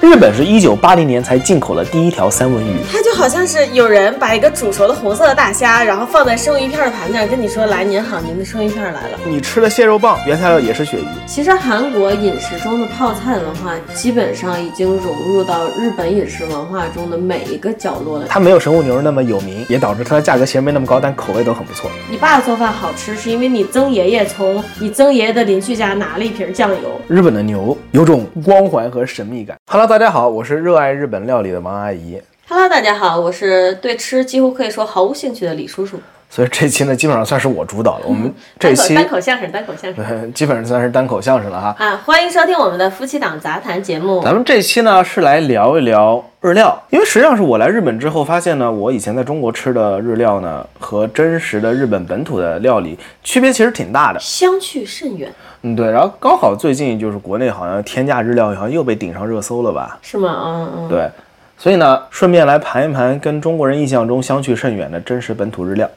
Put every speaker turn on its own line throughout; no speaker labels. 日本是一九八零年才进口了第一条三文鱼。
它就好像是有人把一个煮熟的红色的大虾，然后放在生鱼片的盘子上，跟你说：“来，您好，您的生鱼片来了。
你吃的蟹肉棒原材料也是鳕鱼，”
其实韩国饮食中的泡菜文化，基本上已经融入到日本饮食文化中的每一个角落了。
它没有神户牛那么有名，也导致它的价格其实没那么高，但口味都很不错。
你爸做饭好吃，是因为你曾爷爷从你曾爷爷的邻居家拿了一瓶酱油。
日本的牛有种光环和神秘感。Hello，大家好，我是热爱日本料理的王阿姨。
Hello，大家好，我是对吃几乎可以说毫无兴趣的李叔叔。
所以这期呢，基本上算是我主导了。我们这期
单口单口相声，单口相 声
基本上算是单口相声了哈。
啊！欢迎收听我们的夫妻档杂谈节目。
咱们这期呢是来聊一聊日料，因为实际上是我来日本之后发现呢，我以前在中国吃的日料呢和真实的日本本土的料理区别其实挺大的。
相去甚远，
嗯，对。然后刚好最近就是国内好像天价日料好像又被顶上热搜了吧？
是吗？嗯嗯。
对。所以呢，顺便来盘一盘跟中国人印象中相去甚远的真实本土日料。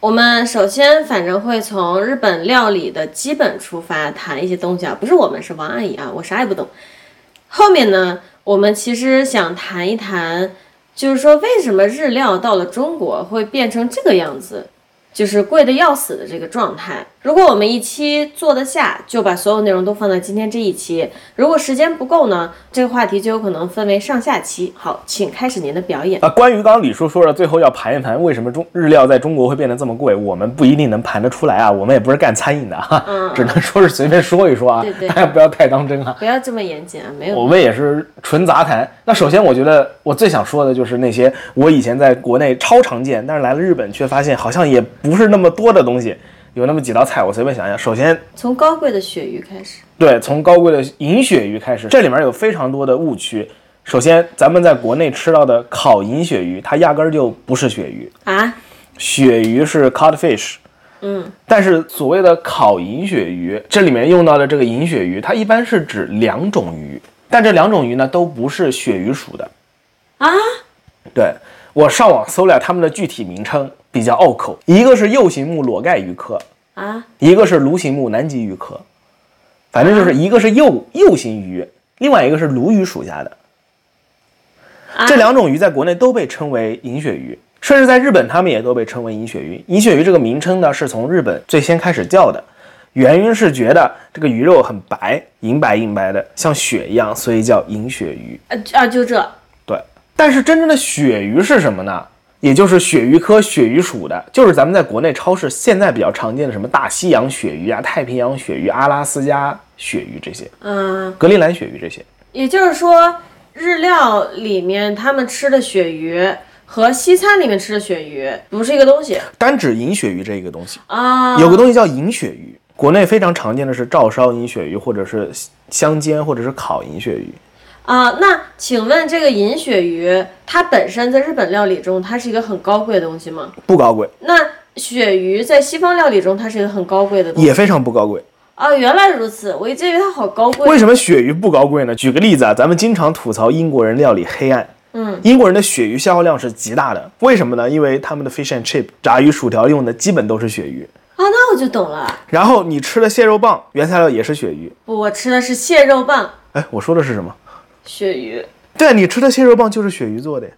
我们首先反正会从日本料理的基本出发谈一些东西啊，不是我们是王阿姨啊，我啥也不懂。后面呢，我们其实想谈一谈，就是说为什么日料到了中国会变成这个样子，就是贵的要死的这个状态。如果我们一期做得下，就把所有内容都放在今天这一期；如果时间不够呢，这个话题就有可能分为上下期。好，请开始您的表演。
啊，关于刚刚李叔说的，最后要盘一盘为什么中日料在中国会变得这么贵，我们不一定能盘得出来啊，我们也不是干餐饮的哈、
嗯
只能说是随便说一说啊，
对对
大家不要太当真啊。
不要这么严谨啊，没有
我们也是纯杂谈。那首先，我觉得我最想说的就是那些我以前在国内超常见，但是来了日本却发现好像也不是那么多的东西，有那么几道菜，我随便想一想。首先，
从高贵的鳕鱼开始。
对，从高贵的银鳕鱼开始，这里面有非常多的误区。首先，咱们在国内吃到的烤银鳕鱼，它压根儿就不是鳕鱼，
啊，
鳕鱼是 codfish。
嗯，
但是所谓的烤银鳕鱼，这里面用到的这个银鳕鱼，它一般是指两种鱼，但这两种鱼呢都不是鳕鱼属的
啊。
对我上网搜了它们的具体名称，比较拗口，一个是幼形目裸盖鱼科，
啊，
一个是鲈形目南极鱼科，反正就是一个是幼幼形鱼，另外一个是鲈鱼属下的。
啊
这两种鱼在国内都被称为银鳕鱼，甚至在日本它们也都被称为银鳕鱼。银鳕鱼这个名称呢，是从日本最先开始叫的，原因是觉得这个鱼肉很白，银白银白的，像雪一样，所以叫银鳕鱼。
啊就啊，就这，
对，但是真正的鳕鱼是什么呢？也就是鳕鱼科鳕鱼属的，就是咱们在国内超市现在比较常见的什么大西洋鳕鱼啊、太平洋鳕鱼、阿拉斯加鳕鱼这些、
嗯，
格陵兰鳕鱼这些。
也就是说，日料里面他们吃的鳕鱼和西餐里面吃的鳕鱼不是一个东西
单指银鳕鱼这个东西，
啊。
有个东西叫银鳕鱼，国内非常常见的是照烧银鳕鱼，或者是香煎，或者是烤银鳕鱼。
啊，那请问这个银鳕鱼，它本身在日本料理中，它是一个很高贵的东西吗？
不高贵，
那鳕鱼在西方料理中，它是一个很高贵的东西
也非常不高贵。
啊。原来如此，我一直以为它好高贵。啊
为什么鳕鱼不高贵呢？举个例子啊，咱们经常吐槽英国人料理黑暗，
嗯，
英国人的鳕鱼消耗量是极大的，为什么呢？因为他们的 fish and chip 炸鱼薯条用的基本都是鳕鱼，
啊，那我就懂了。
然后你吃的蟹肉棒原材料也是鳕鱼。
不，我吃的是蟹肉棒
哎，我说的是什么？
鳕鱼。
对你吃的蟹肉棒就是鳕鱼做的呀。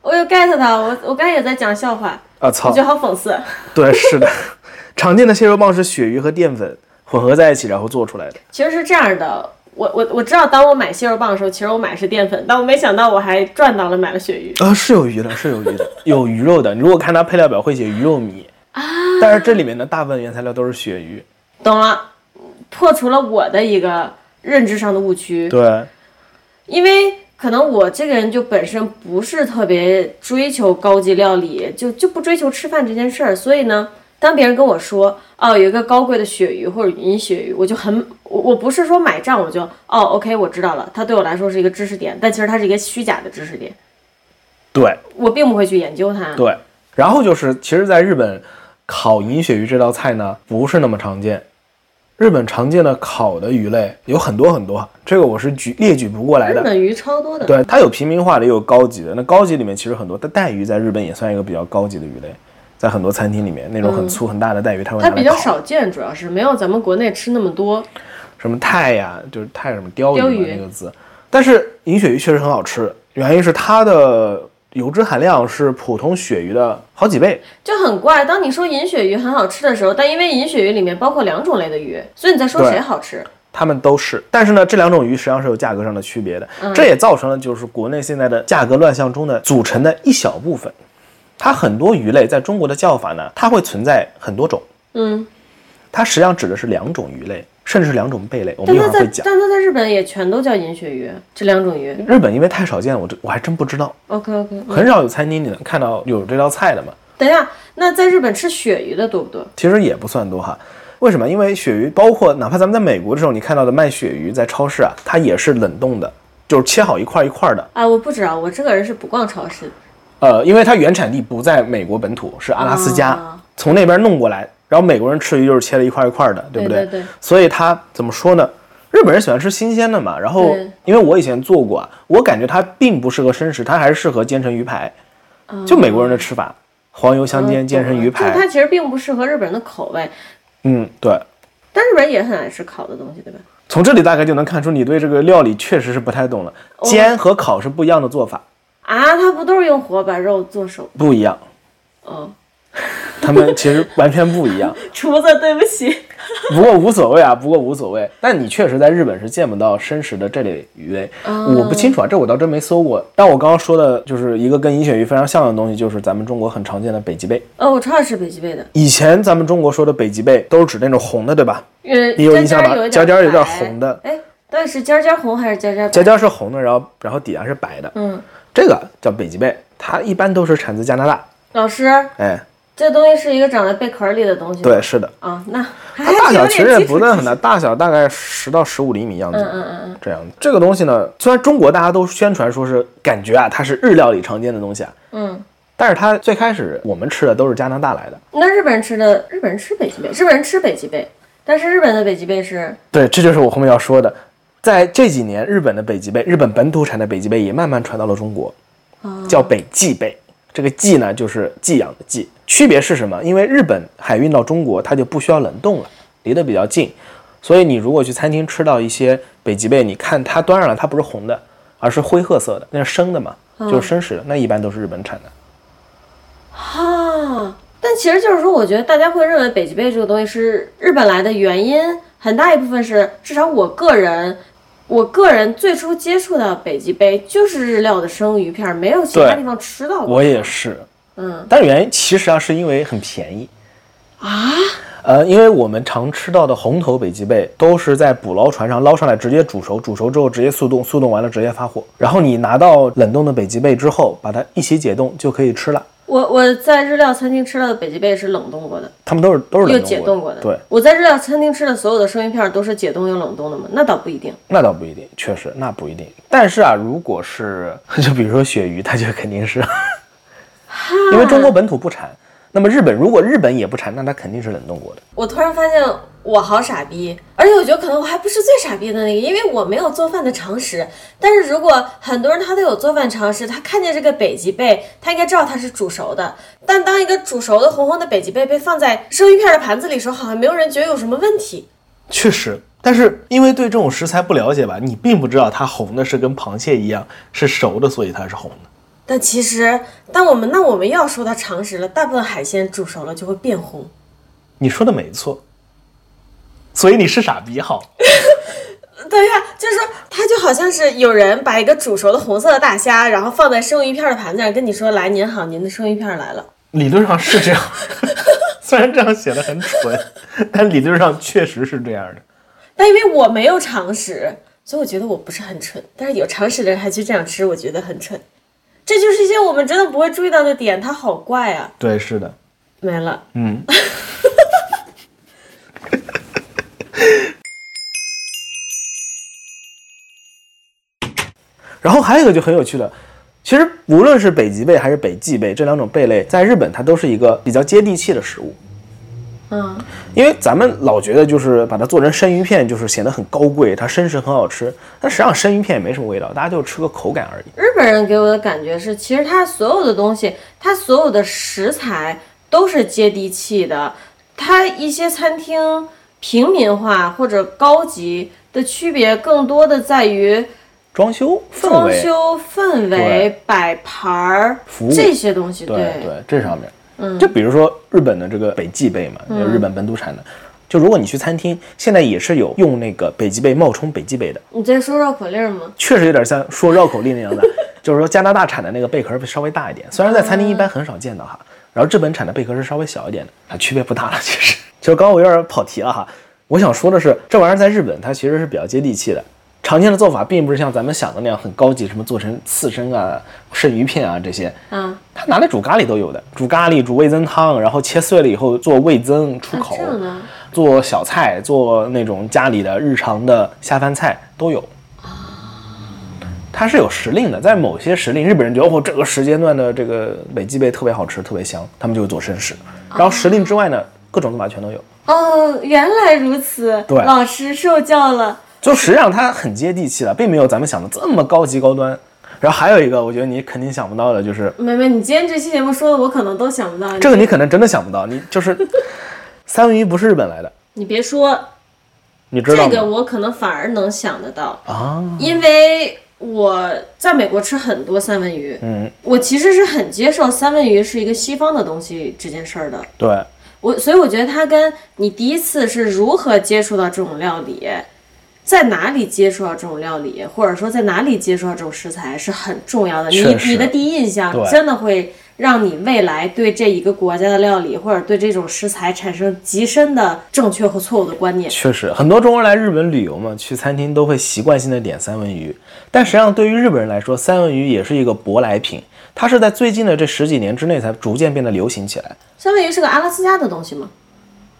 我有 get 到，我我刚才也在讲笑话，
啊
我
操
觉！得好讽刺。
对，是的， 常见的蟹肉棒是鳕鱼和淀粉混合在一起然后做出来的。
其实是这样的，我我我知道，当我买蟹肉棒的时候，其实我买的是淀粉，但我没想到我还赚到了买了鳕鱼
啊，是有鱼的，是有鱼的，有鱼肉的。你如果看它配料表会写鱼肉米啊，但是这里面的大部分原材料都是鳕鱼。
懂了，破除了我的一个认知上的误区，
对，
因为可能我这个人就本身不是特别追求高级料理，就就不追求吃饭这件事儿，所以呢。当别人跟我说哦，有一个高贵的鳕鱼或者银鳕鱼，我就很我我不是说买账，我就哦，OK，我知道了，它对我来说是一个知识点，但其实它是一个虚假的知识点，
对，
我并不会去研究它。
对。然后就是，其实在日本，烤银鳕鱼这道菜呢，不是那么常见。日本常见的烤的鱼类有很多很多，这个我是举列举不过来
日
的。
本鱼超多的，
对，它有平民化的，也有高级的。那高级里面其实很多，但带鱼在日本也算一个比较高级的鱼类，在很多餐厅里面，那种很粗很大的带鱼，它会拿
嗯它
来
比较
烤
少见，主要是没有咱们国内吃那么多。
什么泰呀、就是泰什么鲷鱼嘛啊
鲷鱼
那个字，但是银鳕鱼确实很好吃，原因是它的油脂含量是普通鳕鱼的好几倍。
就很怪。当你说银鳕鱼很好吃的时候，但因为银鳕鱼里面包括两种类的鱼，所以你在说
对
谁好吃？
它们都是，但是呢，这两种鱼实际上是有价格上的区别的，
嗯
这也造成了就是国内现在的价格乱象中的组成的一小部分。它很多鱼类在中国的叫法呢，它会存在很多种，
嗯，
它实际上指的是两种鱼类，甚至是两种贝类。我们
但
一会
它
儿
在
会讲。
但它在日本也全都叫银鳕鱼，这两种鱼。
日本因为太少见了，我这我还真不知道，
OK OK，
很少有餐厅你能看到有这道菜的嘛。
等一下，那在日本吃鳕鱼的多不多？
其实也不算多哈。为什么？因为鳕鱼，包括哪怕咱们在美国这种你看到的卖鳕鱼，在超市啊，它也是冷冻的，就是切好一块一块的。
啊，我不知道，我这个人是不逛超市的。
呃，因为它原产地不在美国本土，是阿拉斯加，
啊
从那边弄过来，然后美国人吃鱼就是切了一块一块的，对不
对对对
所以它怎么说呢？日本人喜欢吃新鲜的嘛，然后
对
因为我以前做过啊，我感觉它并不适合生食，它还是适合煎成鱼排，
啊
就美国人的吃法，黄油相煎，煎成鱼
就是
排
啊它，其实并不适合日本人的口味，
嗯，对，
但日本人也很爱吃烤的东西，对吧？
从这里大概就能看出你对这个料理确实是不太懂了。煎和烤是不一样的做法，
啊，它不都是用火把肉做熟？
不一样，
哦，
他们其实完全不一样。
厨子，对不起。
不过无所谓啊，不过无所谓。但你确实在日本是见不到生食的这类鱼类，我不清楚啊，这我倒真没搜过。但我刚刚说的就是一个跟银鳕鱼非常像的东西，就是咱们中国很常见的北极贝。
哦，我超爱吃北极贝的，
以前咱们中国说的北极贝都是指那种红的，对吧？
呃，
你有印象吧
有一
尖尖儿有点
白
红的
哎，到底是尖尖红还是尖尖白？
尖尖是红的，然后然后底下是白的，
嗯，
这个叫北极贝，它一般都是产自加拿大。
老师，
哎，
这东西是一个长在贝壳里的东西。
对，是的。
啊，那
它
它
大小其实也不算很大，大小大概十到十五厘米样子，
嗯嗯嗯嗯，
这样子。这个东西呢，虽然中国大家都宣传说是感觉啊，它是日料理常见的东西啊，
嗯，
但是它最开始我们吃的都是加拿大来的。
那日本人吃的，日本人吃北极贝，日本人吃北极贝，但是日本的北极贝是
对，这就是我后面要说的。在这几年，日本的北极贝，日本本土产的北极贝也慢慢传到了中国，叫北极贝。这个“济”呢，就是寄养的“寄”。区别是什么？因为日本海运到中国，它就不需要冷冻了，离得比较近，所以你如果去餐厅吃到一些北极贝，你看它端上来，它不是红的，而是灰褐色的，那是生的嘛，就是生食的，那一般都是日本产的。
啊，但其实就是说，我觉得大家会认为北极贝这个东西是日本来的原因，很大一部分是至少我个人。我个人最初接触到北极贝就是日料的生鱼片儿，没有其他
对
地方吃到过。
我也是，
嗯，
但原因其实啊是因为很便宜啊。呃，因为我们常吃到的红头北极贝都是在捕捞船上捞上来，直接煮熟，煮熟之后直接速冻，速冻完了直接发货。然后你拿到冷冻的北极贝之后，把它一起解冻就可以吃了。
我我在日料餐厅吃到的北极贝是冷冻过的，
他们都是都是
又
冷
解
冻
冻过的。
对，，
我在日料餐厅吃的所有的生鱼片儿都是解冻又冷冻的吗？那倒不一定。
那倒不一定，确实那不一定。但是啊，如果是就比如说鳕鱼，它就肯定是， 因为中国本土不产。那么日本如果日本也不产，那它肯定是冷冻过的。
我突然发现我好傻逼，而且我觉得可能我还不是最傻逼的那个，因为我没有做饭的常识。但是如果很多人他都有做饭常识，他看见这个北极贝，他应该知道它是煮熟的。但当一个煮熟的红红的北极贝被放在生鱼片的盘子里的时候，好像没有人觉得有什么问题。
确实，但是因为对这种食材不了解吧，你并不知道它红的是跟螃蟹一样是熟的，所以它是红的。
但其实，当我们那我们又要说到常识了，大部分海鲜煮熟了就会变红。
你说的没错，所以你是傻逼好。
等一下，就是说，它就好像是有人把一个煮熟的红色的大虾，然后放在生鱼片的盘子上，跟你说：“来，您好，您的生鱼片来了。”
理论上是 这样，虽然这样写的很蠢，但理论上确实是这样的。
但因为我没有常识，所以我觉得我不是很蠢。但是有常识的人还去这样吃，我觉得很蠢。这就是一些我们真的不会注意到的点，它好怪啊！
对，是的，
没了，
嗯。然后还有一个就很有趣的，其实无论是北极贝还是北极贝这两种贝类，在日本它都是一个比较接地气的食物。
嗯，
因为咱们老觉得就是把它做成生鱼片，就是显得很高贵，它生食很好吃。但实际上生鱼片也没什么味道，大家就吃个口感而已。
日本人给我的感觉是，其实他所有的东西，他所有的食材都是接地气的。他一些餐厅平民化或者高级的区别，更多的在于
装修氛
装
围、
修氛围
对、
摆盘儿
服务
这些东西，
对对，这上面，嗯，就比如说日本的这个北极贝嘛，
嗯
就日本本土产的，就如果你去餐厅，现在也是有用那个北极贝冒充北极贝的，
你在说绕口令吗？
确实有点像说绕口令那样的， 就是说加拿大产的那个贝壳会稍微大一点，虽然在餐厅一般很少见到哈，然后日本产的贝壳是稍微小一点的，啊，区别不大了其实。 就刚刚我有点跑题了哈，我想说的是，这玩意儿在日本它其实是比较接地气的。常见的做法并不是像咱们想的那样很高级，什么做成刺身啊、剩鱼片啊这些，
啊，
它拿来煮咖喱都有的，煮咖喱、煮味增汤，然后切碎了以后做味增出口，
啊这样的啊
做小菜、做那种家里的日常的下饭菜都有。
啊
它是有时令的，在某些时令，日本人觉得哦，这个时间段的这个北极贝特别好吃，特别香，他们就会做生食。然后时令之外
啊
呢，各种做法全都有。
哦，原来如此，
对
老师受教了。
就实际上它很接地气的，并没有咱们想的这么高级高端。然后还有一个，我觉得你肯定想不到的，就是
妹妹，你今天这期节目说的，我可能都想不到。
这个你可能真的想不到，你就是三文鱼不是日本来的，
你别说，
你知道吗？
这个我可能反而能想得到，
啊，
因为我在美国吃很多三文鱼，
嗯，
我其实是很接受三文鱼是一个西方的东西这件事儿的。
对，
我所以我觉得它跟你第一次是如何接触到这种料理，在哪里接触到这种料理，或者说在哪里接触到这种食材是很重要的。你
确实
你的第一印象
对
真的会让你未来对这一个国家的料理或者对这种食材产生极深的正确和错误的观念。
确实，很多中国人来日本旅游嘛，去餐厅都会习惯性的点三文鱼，但实际上对于日本人来说，三文鱼也是一个舶来品，它是在最近的这十几年之内才逐渐变得流行起来。
三文鱼是个阿拉斯加的东西吗？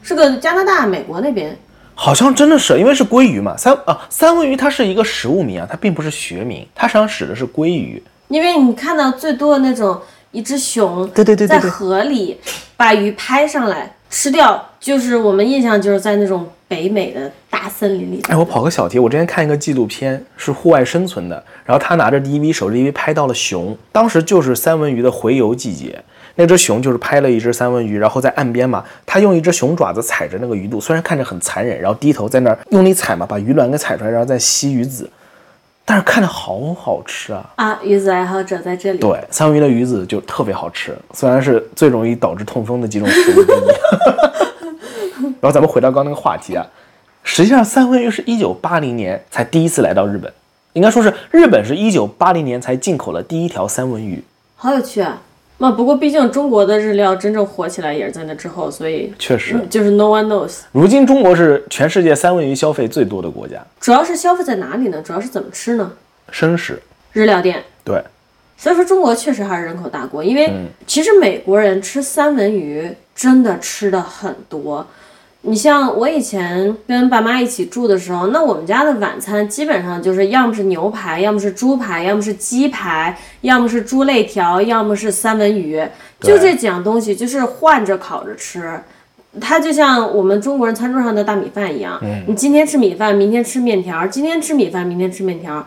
是个加拿大、美国那边
好像真的是，因为是鲑鱼嘛，三啊三文鱼它是一个食物名啊，它并不是学名，它实际上指的是鲑鱼。
因为你看到最多的那种一只熊，
对对对对
在
对
河里把鱼拍上来吃掉，就是我们印象就是在那种北美的大森林里。
哎，我跑个小题，我之前看一个纪录片，是户外生存的，然后他拿着 DV 手 DV 拍到了熊，当时就是三文鱼的洄游季节，那只熊就是拍了一只三文鱼，然后在岸边嘛，它用一只熊爪子踩着那个鱼肚，虽然看着很残忍，然后低头在那儿用力踩嘛，把鱼卵给踩出来，然后再吸鱼籽，但是看着好好吃啊。
啊，鱼子爱好者在这里。
对，三文鱼的鱼籽就特别好吃，虽然是最容易导致痛风的几种食物之一。 然后咱们回到刚那个话题啊，实际上三文鱼是一九八零年才第一次来到日本，应该说是日本是一九八零年才进口了第一条三文鱼。
好有趣啊！那不过毕竟中国的日料真正火起来也是在那之后，所以
确实
嗯就是 no one knows。
如今中国是全世界三文鱼消费最多的国家，
主要是消费在哪里呢？主要是怎么吃呢？
生食。
日料店。
对，
所以说中国确实还是人口大国，因为其实美国人吃三文鱼真的吃的很多。你像我以前跟爸妈一起住的时候，那我们家的晚餐基本上就是要么是牛排，要么是猪排，要么是鸡排，要么是猪肋条，要么是三文鱼，就这几样东西就是换着烤着吃。它就像我们中国人餐桌上的大米饭一样，你今天吃米饭，明天吃面条，今天吃米饭，明天吃面条，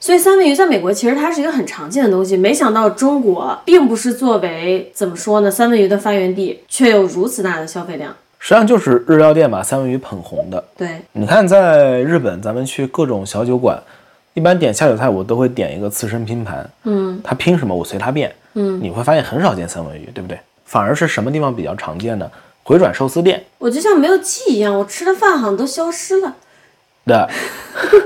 所以三文鱼在美国其实它是一个很常见的东西，没想到中国并不是作为怎么说呢三文鱼的发源地，却有如此大的消费量。
实际上就是日料店把三文鱼捧红的。
对，
你看，在日本，咱们去各种小酒馆，一般点下酒菜，我都会点一个刺身拼盘。嗯，它拼什么我随它便。嗯，你会发现很少见三文鱼，对不对？反而是什么地方比较常见呢？回转寿司店
我就像没有记忆一样，我吃的饭好像都消失了。
的。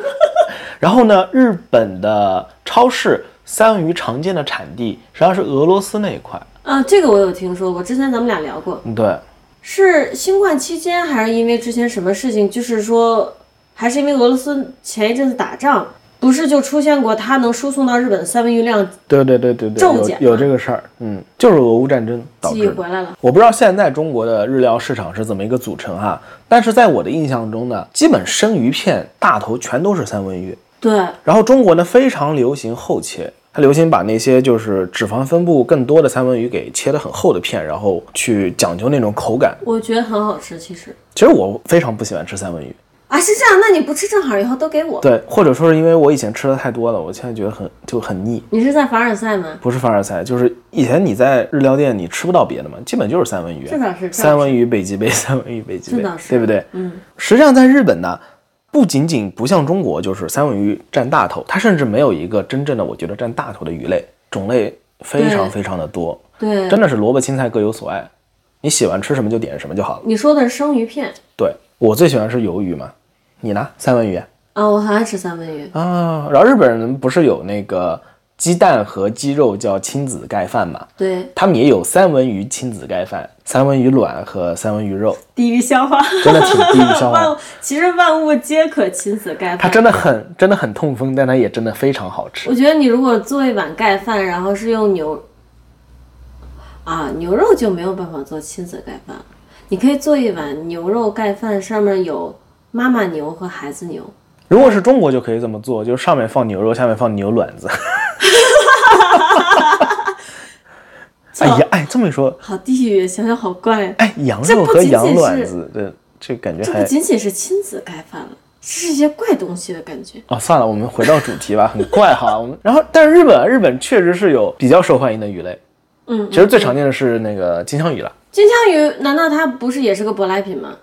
然后呢，日本的超市三文鱼常见的产地实际上是俄罗斯那一块。
啊，这个我有听说过，之前咱们俩聊过，
嗯，对，
是新冠期间还是因为之前什么事情？就是说，还是因为俄罗斯前一阵子打仗，不是就出现过它能输送到日本的三文鱼量
对对对对
骤减
对，有有这个事儿。嗯，就是俄乌战争导
记
致
忆
的。
回来了？
我不知道现在中国的日料市场是怎么一个组成哈、但是在我的印象中呢，基本生鱼片大头全都是三文鱼，
对，
然后中国呢非常流行厚切，它流行把那些就是脂肪分布更多的三文鱼给切得很厚的片，然后去讲究那种口感。
我觉得很好吃，其实
其实我非常不喜欢吃三文鱼，
啊是这样，那你不吃正好以后都给我。
对，或者说是因为我以前吃的太多了，我现在觉得很就很腻。
你是在凡尔赛吗？
不是凡尔赛，就是以前你在日料店你吃不到别的嘛，基本就是三文鱼，
这倒是这倒是
三文鱼北极贝，三文鱼北极
这
贝
倒，是
对不对？
嗯，
实际上在日本呢，不仅仅不像中国就是三文鱼占大头，它甚至没有一个真正的我觉得占大头的鱼类，种类非常
对
非常的多，
对，
真的是萝卜青菜各有所爱，你喜欢吃什么就点什么就好了。
你说的是生鱼片
对我最喜欢吃鱿鱼嘛，你呢？三文鱼
啊，我很爱吃三文鱼。
啊，然后日本人不是有那个鸡蛋和鸡肉叫亲子盖饭嘛？
对，
他们也有三文鱼亲子盖饭、三文鱼卵和三文鱼肉，
地域消化，
真的挺地域消化
万
的。
物其实万物皆可亲子盖
它
饭。
真的很真的很痛风，但它也真的非常好吃。
我觉得你如果做一碗盖饭，然后是用牛，啊，牛肉就没有办法做亲子盖饭了。你可以做一碗牛肉盖饭，上面有妈妈牛和孩子牛。
如果是中国就可以这么做，就是上面放牛肉，下面放牛卵子。 哎呀，哎，这么一说，
好地域，想想好怪啊。
哎，羊
这
肉
不
和
仅仅
羊卵
是
子的这感觉
这
还
不仅仅是亲子盖饭了，这是一些怪东西的感觉。
啊、算了，我们回到主题吧，很怪哈。 我们然后，但是日本啊，日本确实是有比较受欢迎的鱼类，
嗯，
其实最常见的是那个金枪鱼了。
金枪鱼难道它不是也是个舶来品吗？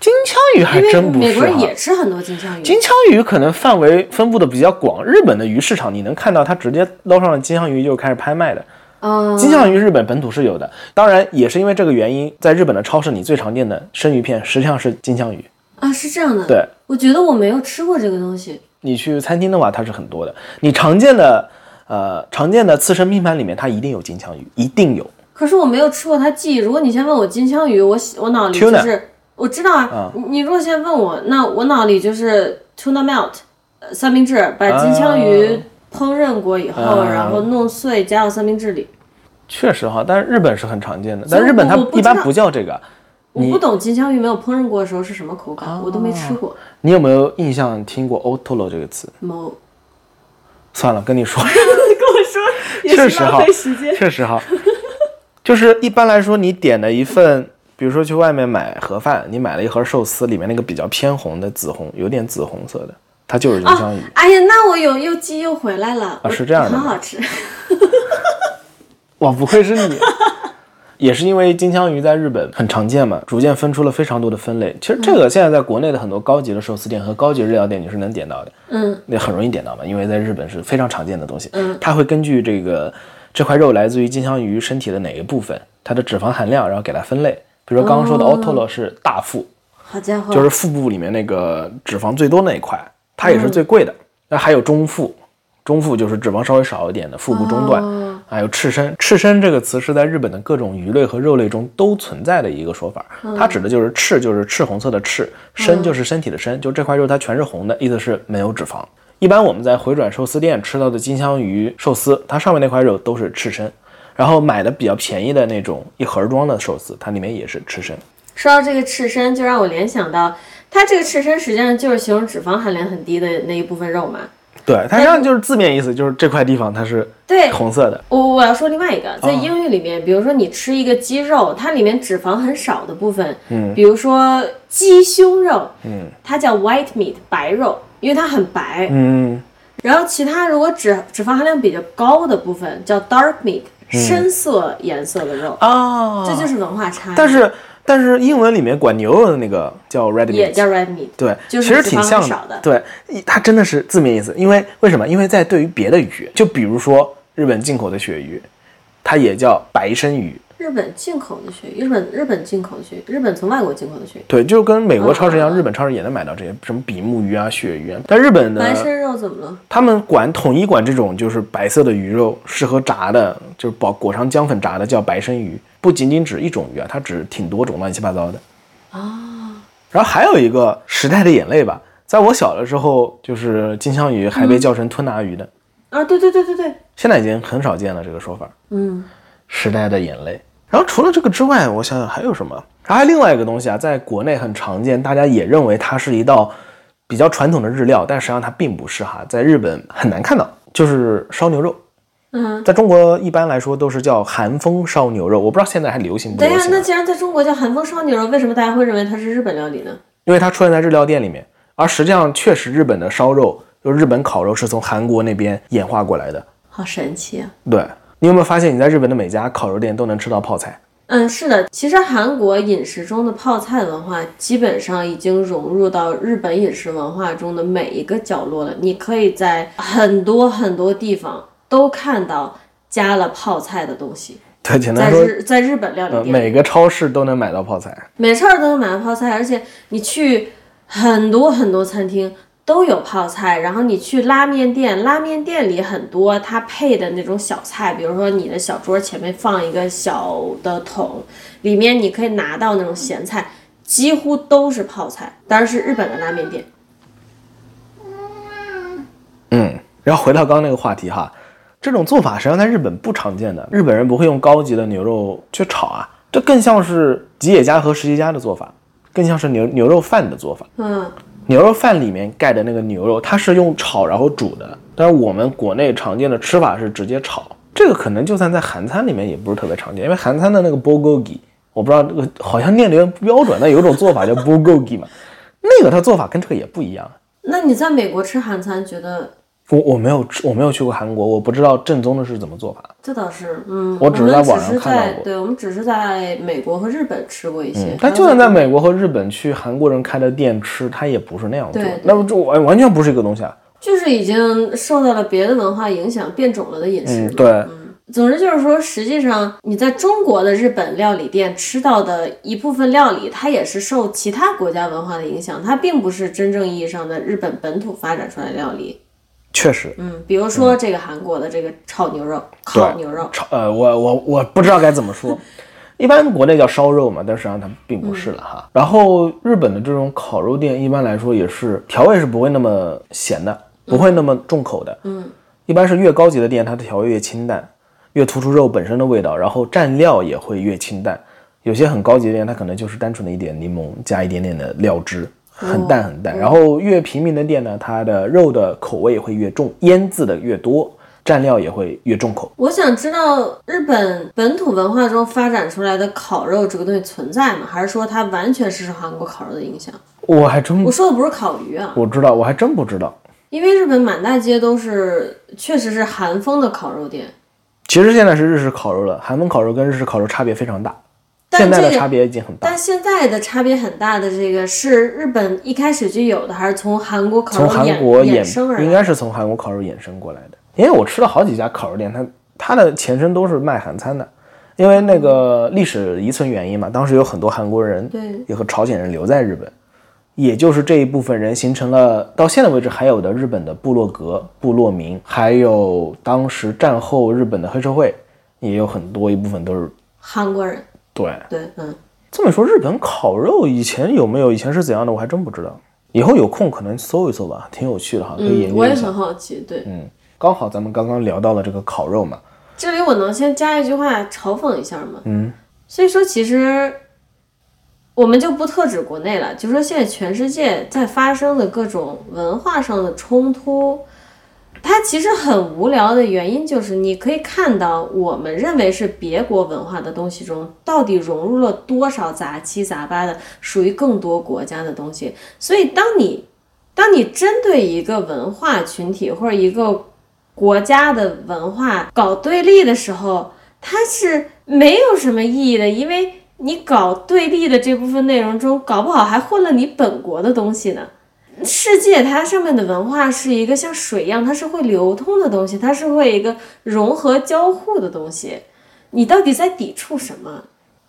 金枪鱼还
嗯因为
真不
美
是
国人
哈。
也吃很多金枪鱼。
金枪鱼可能范围分布的比较广，日本的鱼市场你能看到它直接捞上了金枪鱼就开始拍卖的。
啊，
金枪鱼日本本土是有的，当然也是因为这个原因，在日本的超市里最常见的生鱼片实际上是金枪鱼。
啊，是这样的。
对，
我觉得我没有吃过这个东西。
你去餐厅的话，它是很多的。你常见的，呃，常见的刺身拼盘里面，它一定有金枪鱼，一定有。
可是我没有吃过它记忆。如果你先问我金枪鱼，我喜我脑里就
Tuna
是我知道啊。你你如果先问我，那我脑里就是 tuna melt，呃三明治，把金枪鱼烹饪过以后，
啊
然后弄碎加到三明治里。
确实哈，但是日本是很常见的，
所以
但日本它
我不
一般
知道
不叫这个。
我不懂金枪鱼没有烹饪过的时候是什么口感，
啊
我都没吃过。
你有没有印象听过 otolo 这个词？
某
算了，跟你说，
跟我说
确实哈， 确实哈，就是一般来说，你点了一份，比如说去外面买盒饭，你买了一盒寿司，里面那个比较偏红的紫红，有点紫红色的，它就是金
啊
枪鱼。！
哎呀，那我有又记又回来了。
啊
我
是这样的
很
吗
好吃。
哇，不愧是你。 也是因为金枪鱼在日本很常见嘛，逐渐分出了非常多的分类。其实这个现在在国内的很多高级的寿司店和高级日料店你是能点到的，
嗯，
那很容易点到嘛，因为在日本是非常常见的东西。嗯，它会根据这个这块肉来自于金枪鱼身体的哪一部分，它的脂肪含量，然后给它分类。比如说刚刚说的 otolo 是大腹，
好家伙，
就是腹部里面那个脂肪最多那一块，它也是最贵的。那、还有中腹，中腹就是脂肪稍微少一点的腹部中段，
哦
还有赤身。赤身这个词是在日本的各种鱼类和肉类中都存在的一个说法，它指的就是赤，就是赤红色的赤，身就是身体的身，就这块肉它全是红的，意思是没有脂肪。一般我们在回转寿司店吃到的金枪鱼寿司，它上面那块肉都是赤身，然后买的比较便宜的那种一盒装的寿司，它里面也是赤身。
说到这个赤身，就让我联想到，它这个赤身实际上就是形容脂肪含量很低的那一部分肉嘛。
对，它实际上就是字面意思，就是这块地方它是
对
红色的。
我我要说另外一
啊
个，在英语里面，比如说你吃一个鸡肉，它里面脂肪很少的部分，嗯，比如说鸡胸肉，嗯，它叫 white meat 白肉，因为它很白，
嗯，
然后其他如果脂脂肪含量比较高的部分叫 dark meat，深
嗯
色颜色的肉，
啊
这就是文化差异。
但是但是英文里面管牛肉的那个叫 red meat，
也叫 red meat，
对，
就是
其实
脂
挺
肪
像
很少的
对，一它真的是字面意思，因为为什么？因为在对于别的鱼，就比如说日本进口的鳕鱼，它也叫白身鱼，
日本进口的鳕鱼，日本日本进口的鳕鱼，日本从外国进口的鳕鱼，
对，就跟美国超市一样，
嗯嗯嗯
日本超市也能买到这些什么比目鱼啊、鳕鱼啊。但日本呢，
白身肉怎么了？
他们管统一管这种就是白色的鱼肉，适合炸的，就是裹裹上姜粉炸的叫白身鱼，不仅仅指一种鱼啊，它指挺多种乱七八糟的。啊，然后还有一个时代的眼泪吧，在我小的时候，就是金枪鱼还被叫成吞拿鱼的，
啊，对对对对对，
现在已经很少见了这个说法。
嗯，
时代的眼泪。 然后除了这个之外，我想想还有什么？然后还有另外一个东西啊，在国内很常见，大家也认为它是一道比较传统的日料，但实际上它并不是哈，在日本很难看到，就是烧牛肉。
嗯，
在中国一般来说都是叫韩风烧牛肉，我不知道现在还流行不
等一
流
下，
行
那
啊，
既然在中国叫韩风烧牛肉，为什么大家会认为它是日本料理呢？
因为它出现在日料店里面，而实际上确实日本的烧肉，就日本烤肉是从韩国那边演化过来的。
好神奇啊！
对你有没有发现你在日本的每家烤肉店都能吃到泡菜？
嗯，是的，其实韩国饮食中的泡菜文化基本上已经融入到日本饮食文化中的每一个角落了。你可以在很多很多地方都看到加了泡菜的东西，
对，简单
在
说，
日在日本料
呃，
理店，
每个超市都能买到泡菜。
每事儿都能买到泡菜，而且你去很多很多餐厅都有泡菜，然后你去拉面店，拉面店里很多它配的那种小菜，比如说你的小桌前面放一个小的桶，里面你可以拿到那种咸菜，几乎都是泡菜，当然是日本的拉面店。
嗯，然后回到刚刚那个话题哈，这种做法实际上在日本不常见的，日本人不会用高级的牛肉去炒啊，这更像是吉野家和石崎家的做法，更像是牛牛肉饭的做法。
嗯，
牛肉饭里面盖的那个牛肉，它是用炒然后煮的，但是我们国内常见的吃法是直接炒。这个可能就算在韩餐里面也不是特别常见，因为韩餐的那个 bulgogi，我不知道这个好像念的有点不标准，但有一种做法叫 bulgogi 嘛， 那个它做法跟这个也不一样。
那你在美国吃韩餐，觉得
我我没有吃，我没有去过韩国，我不知道正宗的是怎么做法。
这倒是，嗯，
我只是在
们
网上
只是
看到
在
过
对，我们只是在美国和日本吃过一些，
但
还有
就算在美国和日本去韩国人开的店吃，它也不是那样做
对对，
那不就完完全不是一个东西啊。
就是已经受到了别的文化影响变种了的饮食嘛、
嗯，对，
总之就是说，实际上你在中国的日本料理店吃到的一部分料理，它也是受其他国家文化的影响，它并不是真正意义上的日本本土发展出来的料理。
确实。
嗯，比如说这个韩国的这个炒牛肉、
对
烤牛肉，
炒呃，我我我不知道该怎么说，一般国内叫烧肉嘛，但实际上它并不是了哈。然后日本的这种烤肉店，一般来说也是调味是不会那么咸的，不会那么重口的。嗯，一般是越高级的店，它的调味越清淡，越突出肉本身的味道，然后蘸料也会越清淡。有些很高级的店，它可能就是单纯的一点柠檬加一点点的料汁。很淡很淡，然后越平民的店呢，它的肉的口味会越重，腌制的越多，蘸料也会越重口。
我想知道日本本土文化中发展出来的烤肉这个东西存在吗？还是说它完全是受韩国烤肉的影响？
我还真
我说的不是烤鱼啊，
我知道，我还真不知道。
因为日本满大街都是，确实是韩风的烤肉店，
其实现在是日式烤肉了，韩风烤肉跟日式烤肉差别非常大，
但
现在的
这个
差别已经很大
但。现在的差别很大的这个是日本一开始就有的，还是从韩国烤肉
从韩
衍
国
衍
衍
生而
应
来？
该是从韩国烤肉衍生过来的，因为我吃了好几家烤肉店，它它的前身都是卖韩餐的，因为那个历史遗存原因嘛，当时有很多韩国人
对
也和朝鲜人留在日本，也就是这一部分人形成了到现在为止还有的日本的部落格、部落民，还有当时战后日本的黑社会，也有很多一部分都是
韩国人，
对。
对，嗯，
这么说，日本烤肉以前有没有？以前是怎样的？我还真不知道。以后有空可能搜一搜吧，挺有趣的哈，可以研
嗯，
究
我也
一下。
很好奇。对，
嗯，刚好咱们刚刚聊到了这个烤肉嘛，
这里我能先加一句话嘲讽一下吗？嗯，所以说其实我们就不特指国内了，就说现在全世界在发生的各种文化上的冲突，它其实很无聊的原因就是，你可以看到我们认为是别国文化的东西中，到底融入了多少杂七杂八的属于更多国家的东西。所以，当你当你针对一个文化群体或者一个国家的文化搞对立的时候，它是没有什么意义的，因为你搞对立的这部分内容中，搞不好还混了你本国的东西呢。世界它上面的文化是一个像水一样，它是会流通的东西，它是会一个融合交互的东西。你到底在抵触什么？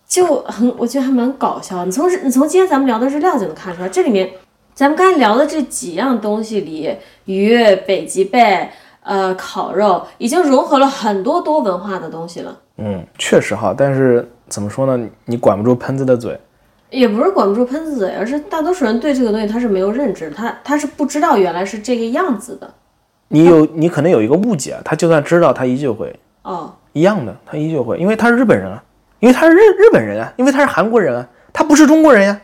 就很，我觉得还蛮搞笑。你从你从今天咱们聊的日料就能看出来，这里面咱们刚才聊的这几样东西里，鱼、北极贝、呃烤肉，已经融合了很多多文化的东西了。
嗯，确实哈。但是怎么说呢？你你管不住喷子的嘴，
也不是管不住喷子嘴，而是大多数人对这个东西他是没有认知，他他是不知道原来是这个样子的。
你有你可能有一个误解，他就算知道，他依旧会
哦，
一样的，他依旧会，因为他是日本人啊，因为他是日日本人啊，因为他是韩国人啊，他不是中国人呀、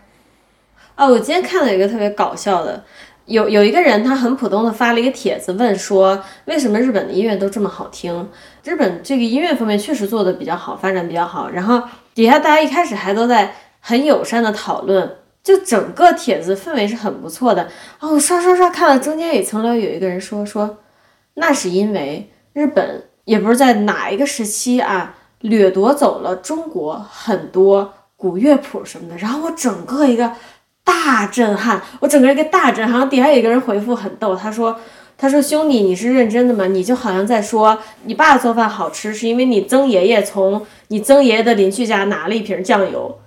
啊，我今天看到一个特别搞笑的，有有一个人他很普通的发了一个帖子，问说为什么日本的音乐都这么好听？日本这个音乐方面确实做的比较好，发展比较好。然后底下大家一开始还都在很友善的讨论，就整个帖子氛围是很不错的。哦，我刷刷刷看到中间有层楼有一个人说说，那是因为日本也不是在哪一个时期啊，掠夺走了中国很多古乐谱什么的，然后我整个一个大震撼，我整个一个大震撼。然后底下有一个人回复很逗，他说。他说：“兄弟，你是认真的吗？你就好像在说你爸做饭好吃，是因为你曾爷爷从你曾爷爷的邻居家拿了一瓶酱油。”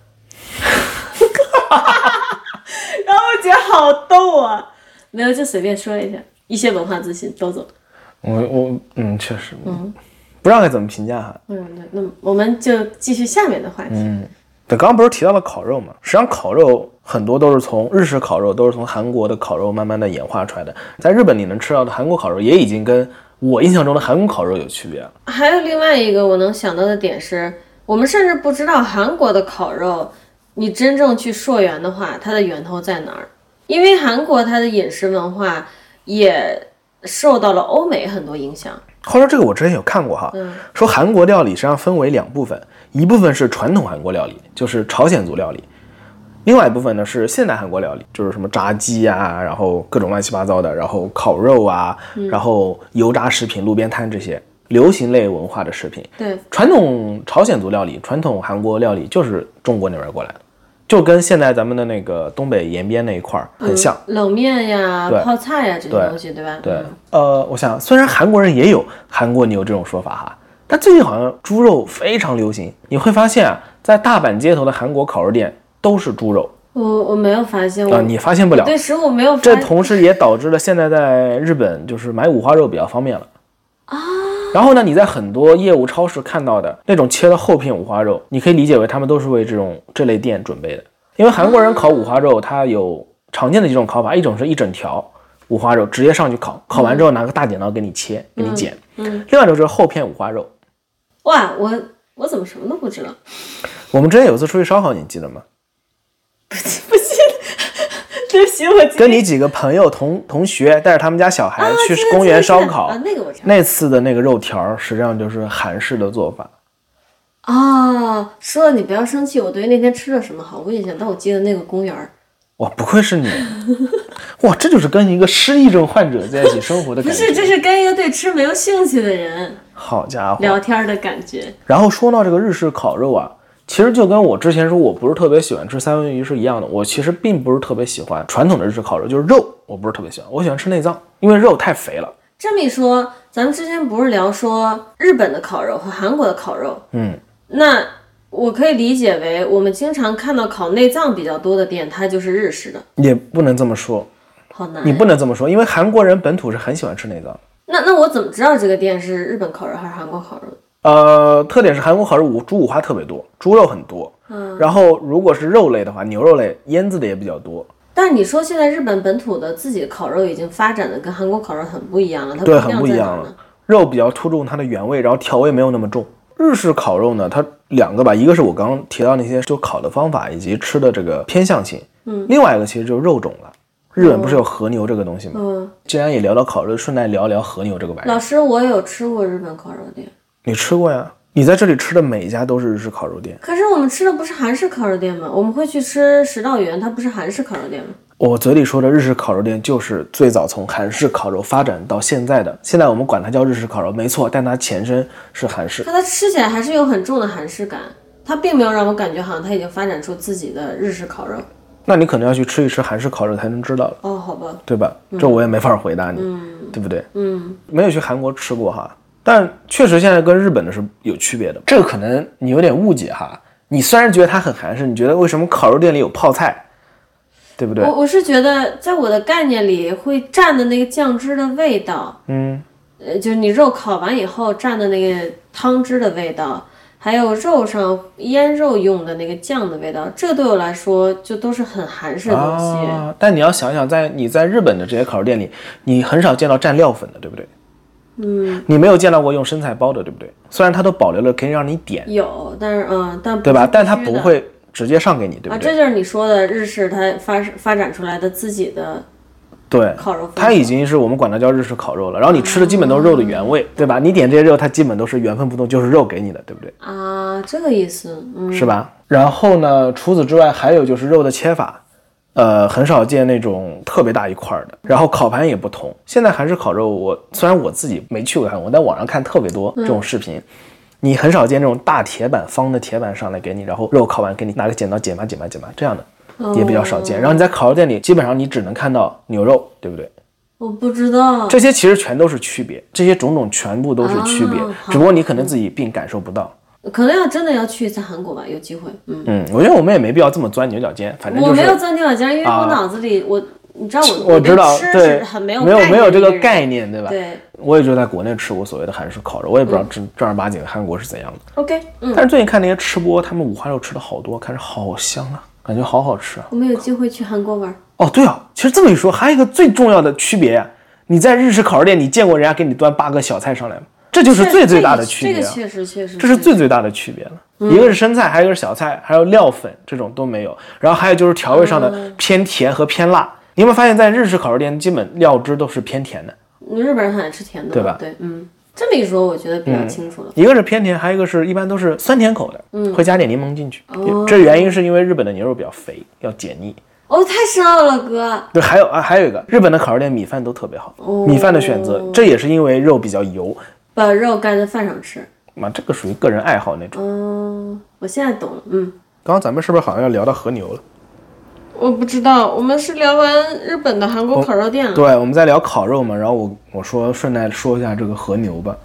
然后我觉得好逗啊！ 没有，就随便说一下，一些文化自信，都走。
我我嗯，确实，嗯，不知道该怎么评价哈。
嗯，那那我们就继续下面的话题。
对，刚刚不是提到了烤肉嘛？实际上烤肉很多都是从日式烤肉都是从韩国的烤肉慢慢的演化出来的。在日本你能吃到的韩国烤肉也已经跟我印象中的韩国烤肉有区别了。
还有另外一个我能想到的点是，我们甚至不知道韩国的烤肉，你真正去溯源的话，它的源头在哪儿？因为韩国它的饮食文化也受到了欧美很多影响。
话说这个我之前有看过哈，说韩国料理实际上分为两部分，一部分是传统韩国料理，就是朝鲜族料理；另外一部分呢是现代韩国料理，就是什么炸鸡啊，然后各种乱七八糟的，然后烤肉啊，然后油炸食品、路边摊这些流行类文化的食品。
对，
传统朝鲜族料理、传统韩国料理就是中国那边过来的，就跟现在咱们的那个东北延边那一块儿很像。
冷面呀
对、
泡菜呀这些
对
东西，对吧？
对，呃，我想虽然韩国人也有韩国牛这种说法哈，但最近好像猪肉非常流行。你会发现啊，在大阪街头的韩国烤肉店都是猪肉
我我没有发现，
啊、
我、
你发现不了。
对食物没有发
这同时也导致了现在在日本就是买五花肉比较方便了啊。然后呢，你在很多业务超市看到的那种切了厚片五花肉，你可以理解为他们都是为这种这类店准备的。因为韩国人烤五花肉，它有常见的几种烤法，一种是一整条五花肉直接上去烤，烤完之后拿个大剪刀给你切，给你剪；
嗯，
另外一种就是厚片五花肉。
哇，我我怎么什么都不知道？
我们之前有一次出去烧烤，你记得吗？
不记得， 对不起，我记得
跟你几个朋友同同学带着他们家小孩
啊
去
记得
公园
记得
烧
记得
烤，
啊，那个我知道。
那次的那个肉条儿实际上就是韩式的做法。
哦，说了你不要生气，我对于那天吃了什么毫无印象，但我记得那个公园儿，
哇，不愧 是你！哇，这就是跟一个失忆症患者在一起生活的
不
感
是，
觉。
这是跟一个对吃没有兴趣的人
好家伙！
聊天的感觉。
然后说到这个日式烤肉啊，其实就跟我之前说我不是特别喜欢吃三文鱼是一样的。我其实并不是特别喜欢传统的日式烤肉，就是肉我不是特别喜欢，我喜欢吃内脏，因为肉太肥了。
这么一说，咱们之前不是聊说日本的烤肉和韩国的烤肉，
嗯，
那我可以理解为我们经常看到烤内脏比较多的店，它就是日式的，
也不能这么说，
好难
你。不能这么说，因为韩国人本土是很喜欢吃内脏的。
那那我怎么知道这个店是日本烤肉还是韩国烤肉？
呃，特点是韩国烤肉五猪五花特别多，猪肉很多。嗯，然后如果是肉类的话，牛肉类腌制的也比较多。
但你说现在日本本土的自己的烤肉已经发展的跟韩国烤肉很不一样了，它
对，
一
很
样
不
在
一
哪
样
儿
了
呢？。
肉比较突重它的原味，然后调味没有那么重。日式烤肉呢，它两个吧，一个是我刚刚提到那些就烤的方法以及吃的这个偏向性，嗯，另外一个其实就是肉种了。日本不是有和牛这个东西吗？
嗯，
既然也聊到烤肉，顺带聊聊和牛这个玩意儿。
老师，我有吃过日本烤肉店，
你吃过呀？你在这里吃的每一家都是日式烤肉店。
可是我们吃的不是韩式烤肉店吗？我们会去吃食道园，它不是韩式烤肉店吗？
我嘴里说的日式烤肉店，就是最早从韩式烤肉发展到现在的。现在我们管它叫日式烤肉，没错，但它前身是韩式。
可它吃起来还是有很重的韩式感，它并没有让我感觉好像它已经发展出自己的日式烤肉。
那你可能要去吃一吃韩式烤肉才能知道了。
哦，好吧，
对吧？这我也没法回答你，对不对？嗯，没有去韩国吃过哈，但确实现在跟日本的是有区别的。这个可能你有点误解哈。你虽然觉得它很韩式，你觉得为什么烤肉店里有泡菜，对不对？
我我是觉得在我的概念里会蘸的那个酱汁的味道，
嗯，
呃，就是你肉烤完以后蘸的那个汤汁的味道。还有肉上腌肉用的那个酱的味道，这对我来说就都是很韩式的东西。
啊，但你要想想，在你在日本的这些烤肉店里，你很少见到蘸料粉的，对不对？嗯，你没有见到过用生菜包的，对不对？虽然它都保留了可以让你点，
有，但是嗯，但不
对吧
是？
但它
必须
不
的
会直接上给你，对
啊，
不对？
这就是你说的日式，它发发展出来的自己的
对，
烤肉风格。
它已经是我们管它叫日式烤肉了。然后你吃的基本都是肉的原味，对吧？你点这些肉，它基本都是原封不动，就是肉给你的，对不对？
啊，这个意思，嗯，
是吧？然后呢，除此之外，还有就是肉的切法，呃，很少见那种特别大一块儿的。然后烤盘也不
嗯
同。现在韩式烤肉我，虽然我自己没去过韩国，但网上看特别多这种视频。你很少见这种大铁板方的铁板上来给你，然后肉烤完给你拿个剪刀剪吧剪吧剪吧这样的。也比较少
哦
见，然后你在烤肉店里，基本上你只能看到牛肉，对不对？
我不知道，
这些其实全都是区别，这些种种全部都是区别
哦，
只不过你可能自己并感受不到。
可能要真的要去一次韩国吧，有机会。嗯，
嗯，我觉得我们也没必要这么钻牛角尖，反正
我
就
没有
是啊
钻牛角尖，因为我脑子里我，你知道我
我知道，
对吃
对
是，很
没
有
有
没
没有这个概念，对吧？嗯
对
我也就在国内吃过所谓的韩式烤肉，我也不知道正正儿八经的韩国是怎样的。
，OK，嗯，
但是最近看那些吃播，他们五花肉吃的好多，看着好香啊，感觉好好吃啊。
我们有机会去韩国玩。
哦，对啊，其实这么一说，还有一个最重要的区别呀、你在日式烤肉店，你见过人家给你端八个小菜上来吗？这就是最最大的区别、啊
这个确实确实，
这是最最大的嗯区别了。一个是生菜，还有一个是小菜，还有料粉这种都没有。然后还有就是调味上的偏甜和偏辣。你有没有发现，在日式烤肉店，基本料汁都是偏甜的，
嗯日本人很爱吃甜的嘛，
对吧嗯
对，嗯，这么一说，我觉得比较清楚了。
一个是偏甜，还有一个是一般都是酸甜口的，会加点柠檬进去。
嗯哦
这原因是因为日本的牛肉比较肥，要解腻。
哦，太深奥了，哥。
对，还有啊，还有一个日本的烤肉店米饭都特别好，
哦
米饭的选择，这也是因为肉比较油
把肉干在饭上吃。
嘛，这个属于个人爱好那种。
嗯，我现在懂了。嗯，
刚刚咱们是不是好像要聊到和牛了？
我不知道，我们是聊完日本的韩国烤肉店了。
哦对，我们在聊烤肉嘛，然后我我说顺带说一下这个和牛吧。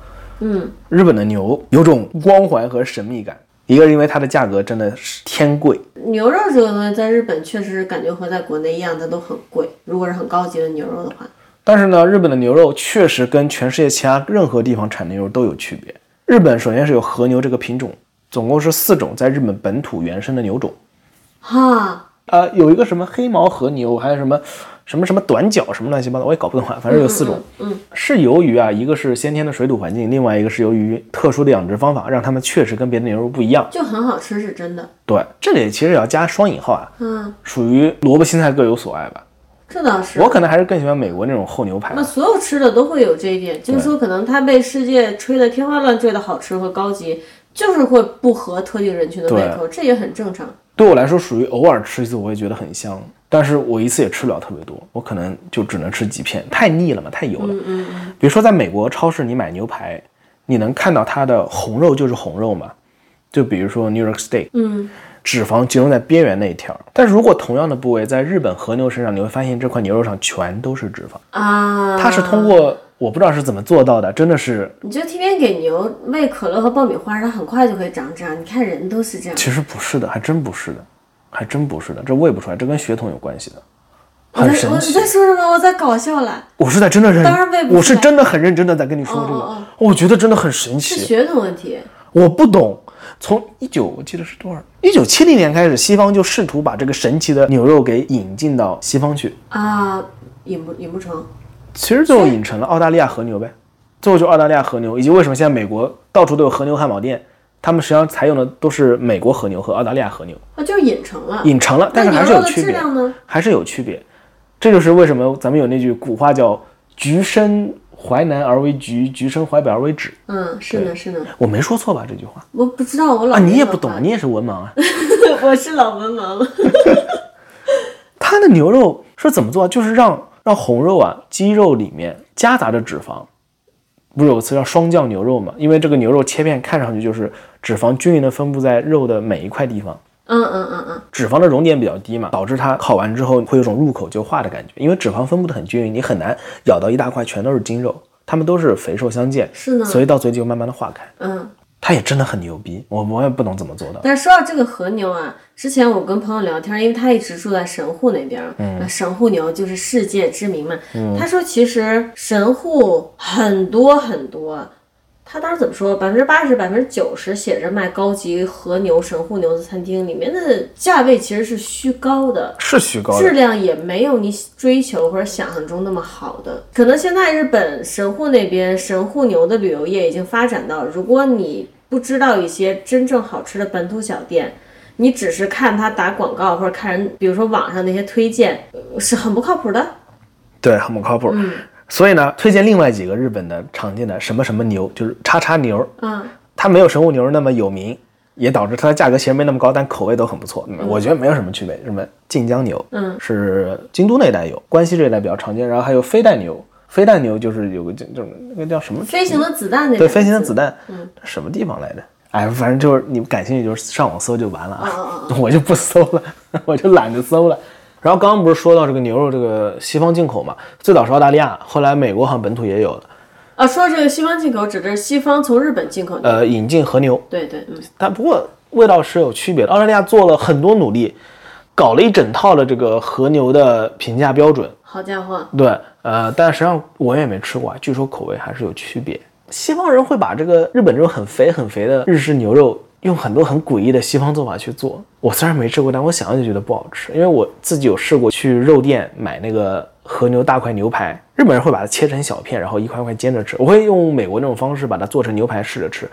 嗯，
日本的牛有种光环和神秘感，一个是因为它的价格真的是天贵，
牛肉这个东西在日本确实感觉和在国内一样，它都很贵。如果是很高级的牛肉的话，
但是呢，日本的牛肉确实跟全世界其他任何地方产的牛肉都有区别。日本首先是有和牛这个品种，总共是四种在日本本土原生的牛种，
哈，
呃，有一个什么黑毛和牛，还有什么什么什么短角什么乱七八糟，我也搞不懂啊，反正有四种。
嗯嗯嗯
是由于啊，一个是先天的水土环境，另外一个是由于特殊的养殖方法，让它们确实跟别的牛肉不一样。
就很好吃是真的。
对，这里其实也要加双引号啊，
嗯，
属于萝卜青菜各有所爱吧。
这倒是
我。可能还是更喜欢美国那种厚牛排啊
那。所有吃的都会有这一点，就是说，可能它被世界吹得天花乱坠的好吃和高级，就是会不合特定人群的胃口，这也很正常。
对我来说，属于偶尔吃一次我也觉得很香，但是我一次也吃不了特别多，我可能就只能吃几片，太腻了嘛，太油了。
嗯嗯嗯，
比如说在美国超市，你买牛排，你能看到它的红肉就是红肉嘛，就比如说 New York Steak，
嗯，
脂肪集中在边缘那一条。但如果同样的部位在日本和牛身上，你会发现这块牛肉上全都是脂肪，
啊，
它是通过我不知道是怎么做到的，真的是
你就天天给牛喂可乐和爆米花，它很快就会长这样。你看人都是这样，
其实不是的，还真不是的，还真不是的，这喂不出来，这跟血统有关系的，
我在
很神
我
奇
在。说什么？我在搞笑了，
我是在真的认，
当然喂不出来
我是真的很认真的在跟你说这个，
哦哦
我觉得真的很神
是
奇，
血统问题。
我不懂。从一九我记得是多少？一九七零年开始，西方就试图把这个神奇的牛肉给引进到西方去，
啊，引不引不成？
其实最后引成了澳大利亚和牛呗，最后就澳大利亚和牛，以及为什么现在美国到处都有和牛汉堡店，他们实际上采用的都是美国和牛和澳大利亚和牛，
啊，就是引成了。
引成了，但是
那
还
牛
是有
肉的
区
质
别。
量呢？
还是有区别。这就是为什么咱们有那句古话叫“橘生淮南而为橘，橘生淮北而为枳
嗯，是呢是呢，”。
我没说错吧？这句话
我不知道，我老
啊，你
没
也
文
不懂
化，
你也是文盲啊。
我是老文盲。
它的牛肉是怎么做啊？就是让让红肉啊，鸡肉里面夹杂着脂肪。不是有个词叫双酱牛肉嘛？因为这个牛肉切片看上去就是脂肪均匀的分布在肉的每一块地方，
嗯嗯嗯嗯，
脂肪的熔点比较低嘛，导致它烤完之后会有种入口就化的感觉，因为脂肪分布的很均匀，你很难咬到一大块全都是筋肉，它们都是肥瘦相间，
是呢。
所以到嘴里就慢慢的化开。
嗯，
它也真的很牛逼，我我也不懂怎么做到。
但是说到这个和牛啊，之前我跟朋友聊天，因为他一直住在神户那边，嗯，神户牛就是世界知名嘛。他说其实神户很多很多，他当时怎么说？百分之八十、百分之九十写着卖高级和牛、神户牛的餐厅里面的价位其实是虚高的，
是虚高
质，量也没有你追求或者想象中那么好的。可能现在日本神户那边神户牛的旅游业已经发展到，如果你不知道一些真正好吃的本土小店，你只是看它打广告或者看人，比如说网上那些推荐，呃是很不靠谱的。
对，很不靠谱。所以呢，推荐另外几个日本的常见的什么什么牛，就是叉叉牛，
嗯，
它没有神户牛那么有名，也导致它的价格其实没那么高，但口味都很不错。我觉得没有什么区别。什么晋江牛，
嗯，
是京都那一带有，关西这一带比较常见，然后还有飞带牛。飞弹牛就是有个叫就是那个叫什么
飞行的子弹
对
那 两个
飞行的
字
子弹，什么地方来的？哎，反正就是你们感兴趣，就是上网搜就完了啊， 我就不搜了，我就懒得搜了。然后刚刚不是说到这个牛肉，这个西方进口嘛，最早是澳大利亚，后来美国好像本土也有的，
啊，说这个西方进口指的是西方从日本进口的，
呃，引进和牛，
对对，嗯，
但不过味道是有区别的。澳大利亚做了很多努力，搞了一整套的这个和牛的评价标准，
好家伙，
对，呃，但实际上我也没吃过，啊，据说口味还是有区别。西方人会把这个日本这种很肥很肥的日式牛肉，用很多很诡异的西方做法去做。我虽然没吃过，但我想想就觉得不好吃，因为我自己有试过去肉店买那个和牛大块牛排，日本人会把它切成小片，然后一块块煎着吃。我会用美国那种方式把它做成牛排试着吃，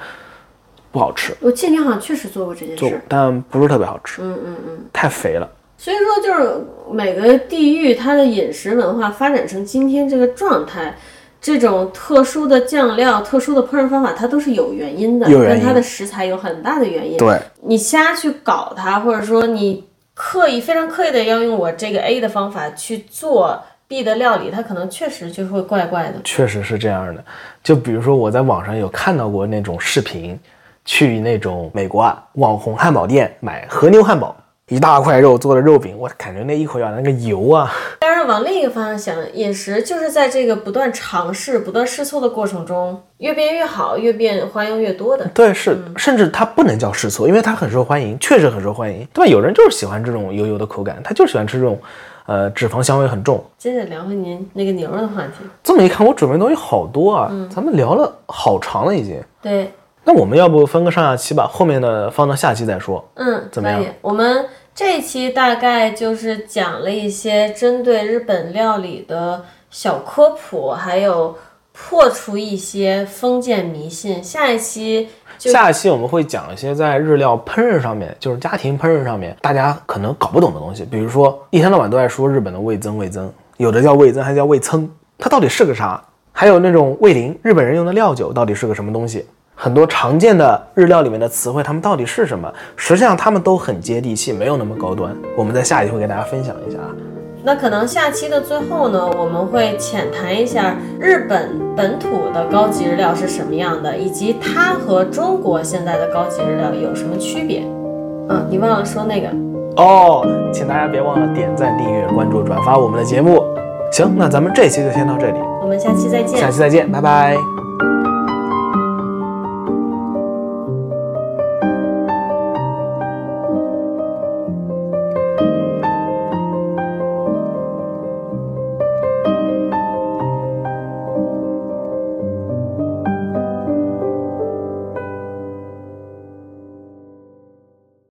不好吃，
我记得你好像确实做过这件
就
事，
但不是特别好吃。嗯嗯嗯，太肥了。
所以说就是每个地域它的饮食文化发展成今天这个状态。这种特殊的酱料、特殊的烹饪方法，它都是有原因的，
有原因
跟它的食材有很大的原因。
对，
你瞎去搞它，或者说你刻意非常刻意的要用我这个 A 的方法去做 B 的料理，它可能确实就会怪怪的。
确实是这样的。就比如说我在网上有看到过那种视频，去那种美国啊网红汉堡店买和牛汉堡，一大块肉做的肉饼，我感觉那一口咬那个油啊，
当然，往另一个方向想，饮食就是在这个不断尝试、不断试错的过程中，越变越好，越变花样越多的。
对，是，甚至它不能叫试错，因为它很受欢迎，确实很受欢迎，对吧？有人就是喜欢这种油油的口感，他就喜欢吃这种，呃，脂肪香味很重。
接着聊回您那个牛肉的话题。
这么一看，我准备的东西好多啊，咱们聊了好长了已经。
对，
那我们要不分个上下期吧，后面的放到下期再说。
嗯，
怎么样
可以。我们这一期大概就是讲了一些针对日本料理的小科普，还有破除一些封建迷信。下一期就
下一期我们会讲一些在日料烹饪上面，就是家庭烹饪上面，大家可能搞不懂的东西，比如说一天到晚都在说日本的味增味增，有的叫味增，还叫味噌，它到底是个啥？还有那种味淋，日本人用的料酒到底是个什么东西？很多常见的日料里面的词汇，它们到底是什么？实际上它们都很接地气，没有那么高端。我们在下一期会给大家分享一下啊。
那可能下期的最后呢，我们会浅谈一下日本本土的高级日料是什么样的，以及它和中国现在的高级日料有什么区别。嗯，你忘了说那个。
哦，请大家别忘了点赞、订阅、关注、转发我们的节目。行，那咱们这期就先到这里，
我们下期再见。
下期再见，拜拜。